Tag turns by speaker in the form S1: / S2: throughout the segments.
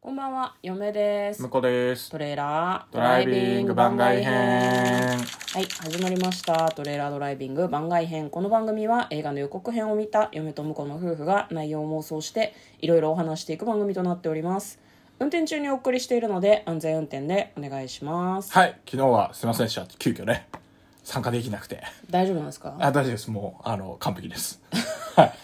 S1: こんばんは、嫁です
S2: 向。こうです
S1: トレーラード
S2: ドライビング番外編
S1: はい、始まりました。トレーラードライビング番外編。この番組は映画の予告編を見た嫁と婿の夫婦が内容を妄想していろいろお話していく番組となっております。運転中にお送りしているので安全運転でお願いします。
S2: はい昨日はすいませんでした急遽ね参加できなくて
S1: 大丈夫なんですか
S2: あ大丈夫ですもうあの完璧ですはい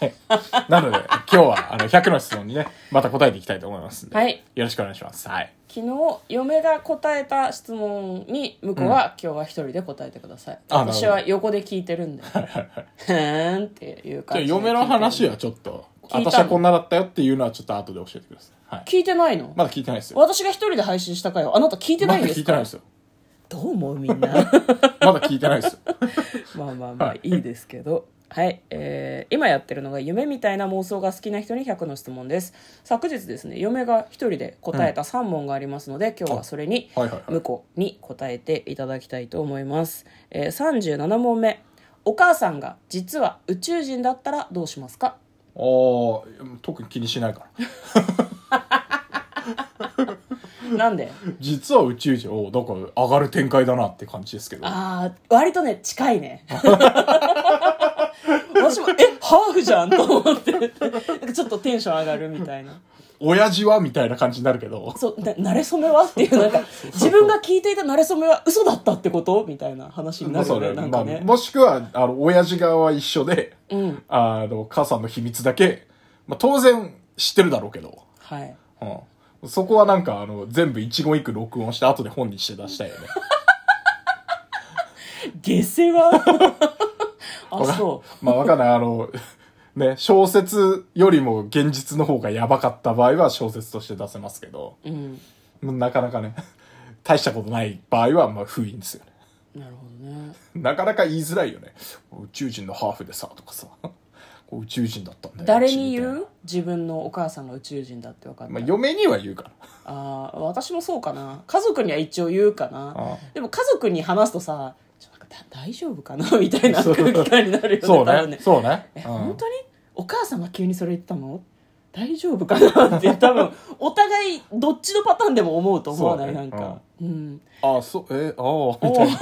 S2: なので今日はあの100の質問にねまた答えていきたいと思いますんで、
S1: はい
S2: よろしくお願いしますはい
S1: 昨日、嫁が答えた質問に向こうは、今日は一人で答えてください。
S2: あなるほど
S1: 私は横で聞いてるん で。ふーんっていう
S2: じゃ
S1: 感じで聞い
S2: あ
S1: てる。
S2: 嫁の話はちょっと
S1: 聞いたの
S2: 私はこんなだったよっていうのはちょっと後で教えてください、はい、
S1: 聞いてないの
S2: まだ聞いてないですよ
S1: 私が一人で配信した回をあなた聞いて
S2: ま
S1: ないん
S2: だ
S1: で
S2: 聞
S1: す
S2: いて
S1: か
S2: ないですよ
S1: どう思うみん な
S2: まだ聞いてないですよ
S1: まあまあまあいいですけどはい、えー今やってるのが夢みたいな妄想が好きな人に100の質問です昨日ですね嫁が一人で答えた3問がありますので、今日はそれに
S2: はいはいはい
S1: 向こうに答えていただきたいと思います、えー37問目お母さんが実は宇宙人だったらどうしますか
S2: おー特に気にしないから
S1: なんで
S2: 実は宇宙人をだから上がる展開だなって感じですけど
S1: ああ割とね近い ね私もえハーフじゃんと思ってなんかちょっとテンション上がるみたいな
S2: 親父はみたいな感じになるけど
S1: そうな慣れ初めはっていうなんか自分が聞いていた慣れ初めは嘘だったってことみたいな話になるよね
S2: ま
S1: な
S2: あ
S1: ん
S2: ま
S1: か
S2: あ、
S1: ね、
S2: もしくはあの親父側は一緒で、
S1: うん
S2: あの母さんの秘密だけ、まあ、当然知ってるだろうけど、
S1: はい
S2: うん、そこはなんかあの全部一言一句録音して後で本にして出したいよね
S1: 下世 話 あそう
S2: まあわかんないあのね小説よりも現実の方がやばかった場合は小説として出せますけど
S1: うん
S2: なかなかね大したことない場合はまあ封印ですよね
S1: なるほどね
S2: なかなか言いづらいよね。宇宙人のハーフでさ、とかさ。 こう宇宙人だったんだよ。
S1: 誰に言
S2: うちみたいな
S1: う自分のお母さんが宇宙人だって分かった
S2: ま
S1: ら、
S2: あ、嫁には言うから。
S1: ああ私もそうかな家族には一応言うかな
S2: ああ
S1: でも家族に話すとさちょなんかだ大丈夫かなみたいな
S2: そう
S1: 空気感になるよね
S2: そう
S1: 多分
S2: ね。そうね。
S1: え、
S2: うん
S1: 本当にお母さんが急にそれ言ったの大丈夫かな って多分お互いどっちのパターンでも思うと思わない、
S2: そう
S1: な
S2: だ
S1: ん
S2: ね
S1: か うん
S2: あ、そう、え、ああ、み
S1: お
S2: たいな。
S1: ーあ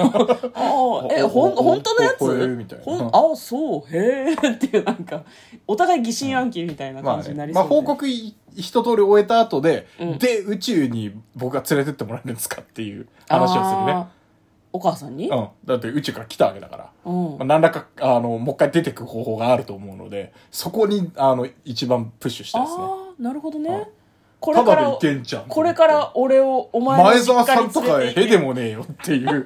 S1: ーえ
S2: お
S1: ほん
S2: お
S1: 本当のやつ
S2: おこれみたいな
S1: ほんああそうへえっていうなんかお互い疑心暗鬼みたいな
S2: まあ
S1: 感じにな
S2: ね、
S1: り
S2: ま
S1: そ
S2: あ、
S1: うで
S2: 報告い一通り終えた後で、
S1: うん
S2: で、宇宙に僕が連れてってもらえるんですかっていう話をするね
S1: あー。お母さんに
S2: うん。だって宇宙から来たわけだから。
S1: うん
S2: まあ、何らか、あの、もう一回出てく方法があると思うので、そこに、あの、一番プッシュしたいですね。
S1: ああなるほど
S2: う
S1: ね
S2: ん
S1: これ
S2: た
S1: か
S2: だで
S1: ら
S2: いけんじゃん。
S1: これから俺をお前の
S2: 前
S1: 実
S2: 澤
S1: 家
S2: さ
S1: に
S2: んとか
S1: 連れて
S2: へ
S1: 行け
S2: でもねえよっ ていう。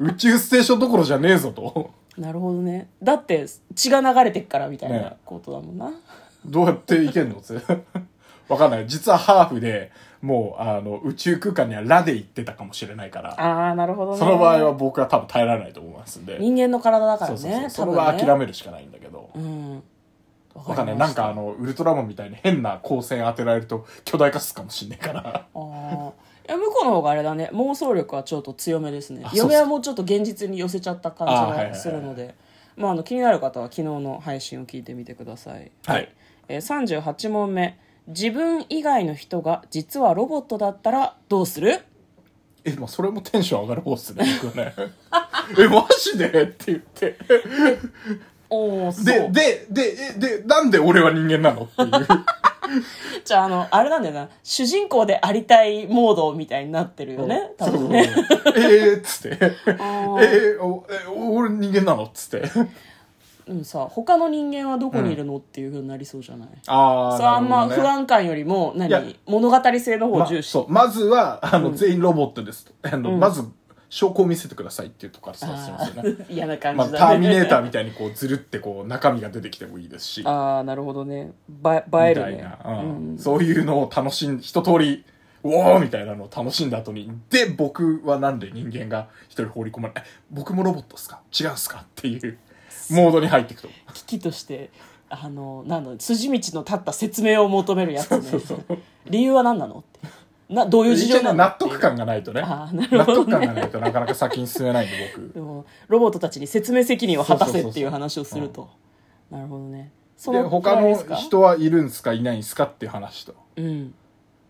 S2: 宇宙ステーションどころじゃねえぞと。
S1: なるほどねだって血が流れてっからみたいな
S2: ね
S1: ことだもんな、
S2: どうやっていけんのって。 わかんない。実はハーフで、もう、あの、宇宙空間にはラで行ってたかもしれないから、
S1: ああなるほどね
S2: その場合は僕は多分耐えられないと思いますんで。
S1: 人間の体だから
S2: そう
S1: ね
S2: そうそう。
S1: 多
S2: それ
S1: 分
S2: は
S1: ね
S2: 諦めるしかないんだけど。
S1: うん
S2: わ
S1: わ
S2: かんない。なんかあの、ウルトラマンみたいに変な光線当てられると巨大化するかもしんないから。
S1: あーいや向こうの方があれだね妄想力はちょっと強めですね
S2: あそうっす
S1: 嫁はもうちょっと現実に寄せちゃった感じ
S2: あーはいはい
S1: が
S2: はい
S1: するのでまああの気になる方は昨日の配信を聞いてみてください、
S2: はい。
S1: えー、38問目自分以外の人が実はロボットだったらどうする
S2: え、まあ、それもテンション上がる方っすね、僕はね。 え、マジでって言って。
S1: おおそう
S2: で、で、で、えで、なんで俺は人間なのっていう。
S1: じゃあ、あの、あれなんだよな。主人公でありたいモードみたいになってるよ ね。多分ね。
S2: そうそうそうえーっつって。え
S1: ー
S2: ー、おえ俺人間なのっ つって。
S1: でもさ、他の人間はどこにいるの、っていう風になりそうじゃない
S2: あ
S1: そう、あんま不
S2: 安
S1: 安感よりも、
S2: いや
S1: 何物語性の方を
S2: ま
S1: 重視。
S2: そう、まずは、あの、全員ロボットですと。あの、まず、証拠を見せてくださいっていうとこからスタートしますよね。
S1: あー嫌な感じ
S2: ま
S1: だ
S2: あ、
S1: ね。
S2: ターミネーターみたいにこう、ずるってこう、中身が出てきてもいいですし。
S1: ああ、なるほどね。ば映え
S2: み
S1: る
S2: たい
S1: ね。
S2: な、うんそういうのを楽しん、一通り、うおーみたいなのを楽しんだ後に、で、僕はなんで人間が一人放り込まれ、え僕もロボットっすか違うんすかっていう、モードに入っていくと。
S1: 危機として、あの、なんだろう筋道の立った説明を求めるやつね。
S2: そうそうそう
S1: 理由は何なのってな、どういう事情
S2: 一
S1: な
S2: 応
S1: の
S2: 納得感がないとね。
S1: あーなる
S2: 納
S1: ほどね
S2: 得感がないとなかなか先に進めないんで、 僕。
S1: でもロボットたちに説明責任を果たせっていう話をする
S2: そ
S1: となるほどねそ
S2: で、
S1: くら
S2: 他
S1: いですか
S2: の人はいるんすかいないんすかっていう話と。
S1: うん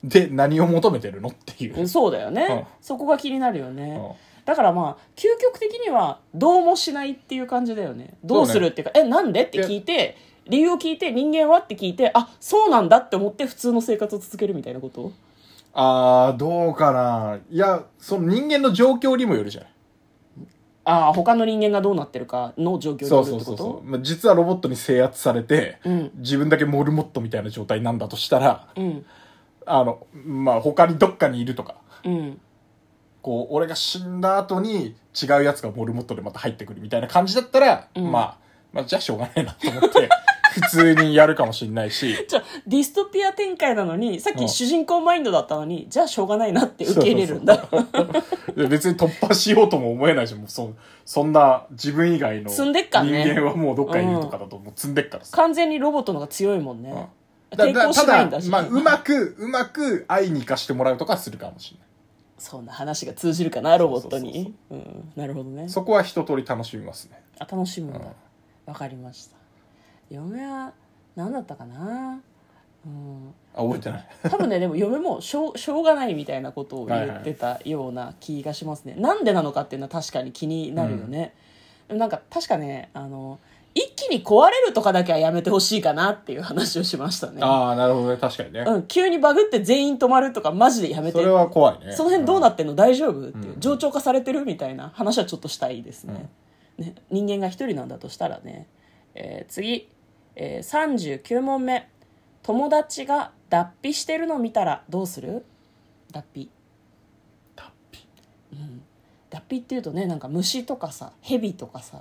S2: で何を求めてるのっていう、
S1: うんそうだよね、
S2: うん
S1: そこが気になるよね、
S2: うん
S1: だからまあ究極的にはどうもしないっていう感じだよねどうするっていうか「えなんで?」って聞いて理由を聞いて人間はって聞いてあそうなんだって思って普通の生活を続けるみたいなこと
S2: ああどうかないやその人間の状況にもよるじゃない
S1: ああ他の人間がどうなってるかの状況に
S2: そう
S1: よる
S2: そ
S1: ってこ
S2: うそうそ
S1: と
S2: う、まあ、実はロボットに制圧されて、
S1: うん
S2: 自分だけモルモットみたいな状態なんだとしたら
S1: うん
S2: あのまあ他にどっかにいるとか
S1: うん
S2: こう俺が死んだ後に違うやつがモルモットでまた入ってくるみたいな感じだったら、
S1: うん
S2: まあまあじゃあしょうがないなと思って 普通にやるかもしれないし
S1: ちょディストピア展開なのにさっ
S2: う
S1: き
S2: ん
S1: 主人公マインドだったのにじゃあしょうがないなって受け入れるんだ
S2: そうそうそう別に突破しようとも思えないしもうそそんな自分以外の
S1: 積
S2: 人
S1: んでっからね
S2: 間はもうどっかいるとかだともう積んでっからさ、
S1: 完全にロボットの方が強いもんね、
S2: うん
S1: 抵抗しないんだ
S2: た
S1: し、
S2: だ、まあ、うまくうまく愛に生かしてもらうとかはするかもしれない
S1: そんな話が通じるかなロボットに
S2: そ
S1: うんなるほどね
S2: そこは一通り楽しみますね
S1: あ楽しむんだ
S2: うん
S1: わ、かりました嫁は何だったかなうん
S2: あ覚えてない
S1: 多分ねでも嫁もしょうしょうがないみたいなことを言ってたような気がしますね、なんでなのかっていうのは確かに気になるよね、でもなんか確かねあの一気に壊れるとかだけはやめてほしいかなっていう話をしましたね
S2: ああなるほどね確かにね、
S1: うん、急にバグって全員止まるとかマジでやめて
S2: それは怖いね
S1: その辺どうなってんの大丈夫っていう
S2: うん
S1: 冗長化されてるみたいな話はちょっとしたいですね,、ね人間が一人なんだとしたらね、えー次、えー39問目友達が脱皮してるの見たらどうする脱皮
S2: 脱皮
S1: 脱皮っていうとねなんか虫とかさ蛇とかさ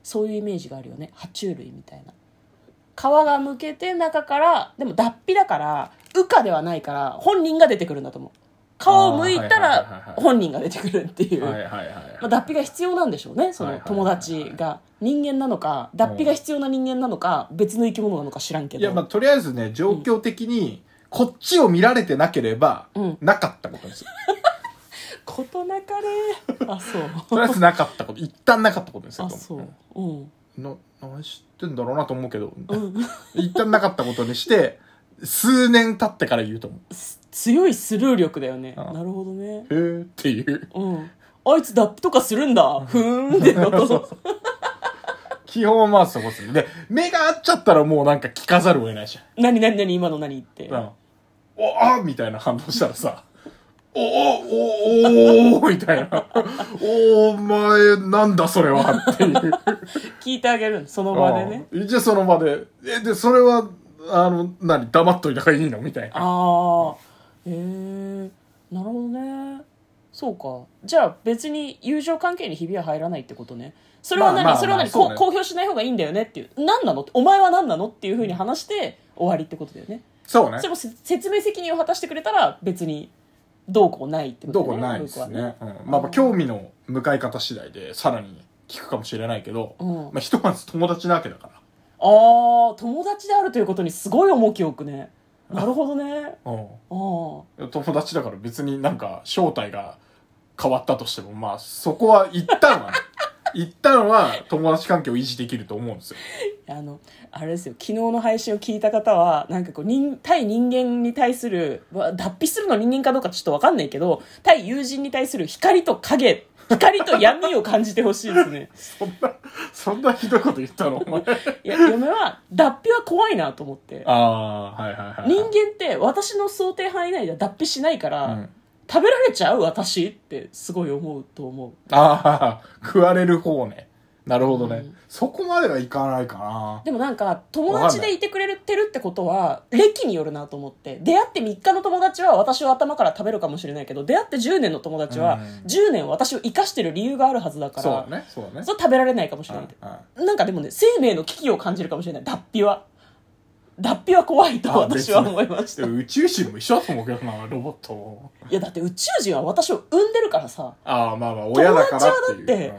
S1: そういうイメージがあるよね爬虫類みたいな皮がむけて中からでも脱皮だから羽化ではないから本人が出てくるんだと思う皮を剥いた
S2: あーはいはいはいは
S1: ら
S2: い
S1: 本人が出てくるっていう、
S2: はいはいはい、はい
S1: まあ、脱皮が必要なんでしょうねそ
S2: は
S1: の
S2: いはいはい
S1: 友
S2: はい
S1: 達が人間なのか脱皮が必要な人間なのか別の生き物なのか知らんけど
S2: いやまあとりあえずね状況的にこっちを見られてなければ、
S1: うん
S2: なかったことですよ
S1: 事なかれ あ そう
S2: とりあえずなかったこと一旦なかったことですよ
S1: あそううん
S2: な何知ってんだろうなと思うけど、
S1: うん
S2: 一旦なかったことにして数年経ってから言うと思
S1: す強いスルー力だよね
S2: あ
S1: なるほどね
S2: うへえっていう
S1: うんあいつ脱皮とかするんだふーんってな
S2: そうそう基本はまあそこですねで目が合っちゃったらもうなんか聞かざるを得ないじゃん
S1: 何何何今の何って、
S2: うんおあみたいな反応したらさ、おおおおおみたいな。お前、なんだそれはっていう。
S1: 聞いてあげるのその場でね
S2: うんじゃあその場で、え、で、それは、あの、何、黙っといた方がいいのみたいな。
S1: ああへえなるほどねそうかじゃあ別に友情関係にひびは入らないってことねそれは何、
S2: まあまあまあ
S1: それは何、
S2: そう
S1: こ
S2: ね
S1: 公表しない方がいいんだよねっていう何なのお前は何なのっていうふうに話して終わりってことだよね
S2: そうね
S1: それ。もせ説明責任を果たしてくれたら別にどうこうないってこと
S2: どう
S1: だよ
S2: こう
S1: ね
S2: ないです
S1: 僕は
S2: ね。うんまあまあ、興味の向かい方次第で、さらに聞くかもしれないけど、
S1: うん
S2: まあ、ひとまず友達なわけだから。
S1: あー友達であるということにすごい重きを置くねなるほどね
S2: う
S1: あ
S2: ん
S1: あ
S2: 友達だから別になんか正体が変わったとしてもまあそこは一旦はね一旦は友達関係を維持できると思うんですよ
S1: あのあれですよ昨日の配信を聞いた方はなんかこう人対人間に対するわ脱皮するの人間かどうかちょっと分かんないけど対友人に対する光と影光と闇を感じてほしいです ね
S2: そんなそんなひどいこと言ったのお前
S1: いや嫁は脱皮は怖いなと思って
S2: ああはいはいはい
S1: 人間って私の想定範囲内では脱皮しないから、
S2: うん
S1: 食べられちゃう私ってすごい思うと思う
S2: ああ食われる方ねなるほどね、
S1: うん
S2: そこまではいかないかな
S1: でもなんか友達でいてくれてるってことは歴によるなと思って出会って3日の友達は私を頭から食べるかもしれないけど出会って10年の友達は
S2: うん
S1: 10年私を生かしてる理由があるはずだから
S2: そうだねそうだね
S1: それ食べられないかもし
S2: う
S1: れ
S2: ん
S1: な
S2: う
S1: い
S2: ん
S1: なんかでもね生命の危機を感じるかもしれない脱皮は脱皮は怖いと
S2: あ
S1: 私は思いまし
S2: で
S1: たい
S2: も宇宙人も一緒だと思うけどなロボット
S1: やだって宇宙人は私を産んでるからさ
S2: ああまあまあ親だから
S1: 友
S2: っていう
S1: 達はだって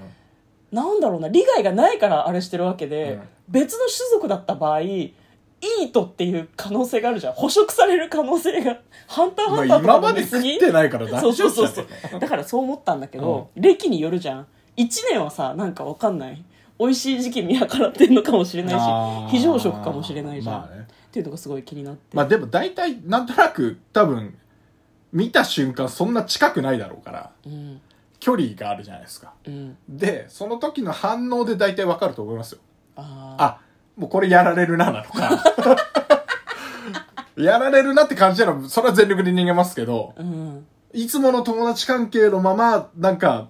S1: なんだろうな利害がないからあれしてるわけで、
S2: うん
S1: 別の種族だった場合イートっていう可能性があるじゃん捕食される可能性がハンター
S2: うんま
S1: ハ
S2: あ、
S1: ンターと
S2: 今
S1: か
S2: ま
S1: も
S2: で
S1: 別
S2: 食っ
S1: に
S2: てないから大丈
S1: そ
S2: 夫
S1: うそうそう
S2: だ
S1: そ
S2: よ
S1: うだからそう思ったんだけど、歴によるじゃん1年はさなんかわかんない美味しい時期見計らってんのかもしれ
S2: あ
S1: ない
S2: ー
S1: し非常食かもしれないじゃん、
S2: まあね
S1: っていうのがすごい気になって、
S2: まあでも大体なんとなく多分見た瞬間そんな近くないだろうから、
S1: うん
S2: 距離があるじゃないですか。
S1: うん
S2: で、その時の反応で大体わかると思いますよ。
S1: ああ
S2: あ、もうこれやられるな、なの か。やられるなって感じなら、それは全力で逃げますけど、
S1: うん
S2: いつもの友達関係のまま、なんか、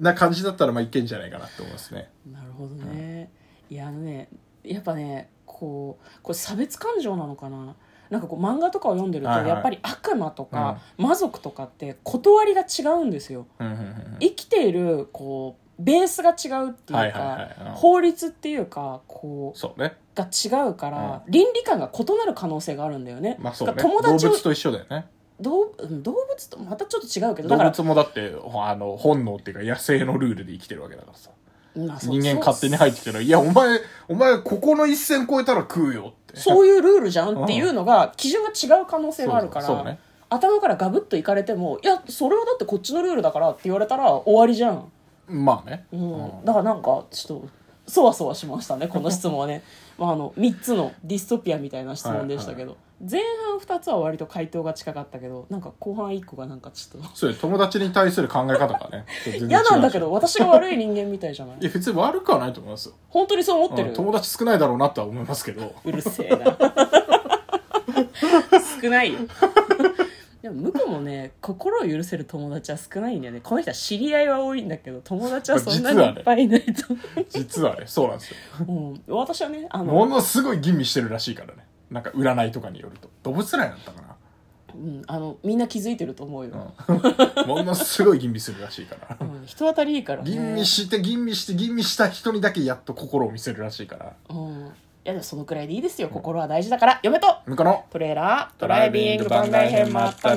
S2: な感じだったら、まあいけんじゃないかなって思いますね。
S1: なるほどね、いやあのねやっぱねこうこれ差別感情なのかななんかこう漫画とかを読んでると、
S2: はいはい
S1: やっぱり悪魔とか、魔族とかって断りが違うんですよ
S2: うんうんうん
S1: 生きているこうベースが違うっていうか、
S2: はいはいはいうん
S1: 法律っていうかこう
S2: そうね。
S1: が違うから、倫理観が異なる可能性があるんだよね,、
S2: まあそうね。
S1: だから友
S2: 動
S1: 達を
S2: 物と一緒だよね。
S1: 動物うん動物とまたちょっと違うけど
S2: 動
S1: だから
S2: 物もだって、ほあの、本能っていうか野生のルールで生きてるわけだからさ。
S1: まあそう
S2: 人間勝手に入ってきたら、いや、お前、お前、ここの一線越えたら食うよって。
S1: そうそういうルールじゃんっていうのが基準が違う可能性があるから
S2: そうそうね。
S1: 頭からガブッといかれてもいやそれはだってこっちのルールだからって言われたら終わりじゃん、
S2: まあね。
S1: うん、だからなんかちょっとそわそわしま したねこの質問はね、まあ、あの3つのディストピアみたいな質問でしたけど、前半2つは割と回答が近かったけどなんか後半1個がなんかちょっと
S2: そうよ友達に対する考え方がね。ちょっと全然違う
S1: 嫌なんだけど。私が悪い人間みたいじゃない
S2: いや、別に悪くはないと思いますよ。
S1: 本当にそう思ってる、
S2: うん友達少ないだろうなとは思いますけど。
S1: うるせえな少ないよでも向こうもね心を許せる友達は少ないんだよねこの人は知り合いは多いんだけど友達はそんなに
S2: ま
S1: い
S2: あ実はね
S1: っぱいいないと、
S2: 実はね、そうなんですよ。
S1: もう私はねあの、
S2: ものすごい吟味してるらしいからね。なんか占いとかによると。動物占いだったかな。
S1: うん、あのみんな気づいてると思うよ、
S2: うん。ものすごい吟味するらしいから。
S1: うん人当たりいいからね
S2: 吟味して、吟味して、吟味した人にだけやっと心を見せるらしいから。
S1: うん、いやでもそのくらいでいいですよ心は大事だから嫁と
S2: 向こうの
S1: トレーラード
S2: ドライビング番外編もあったね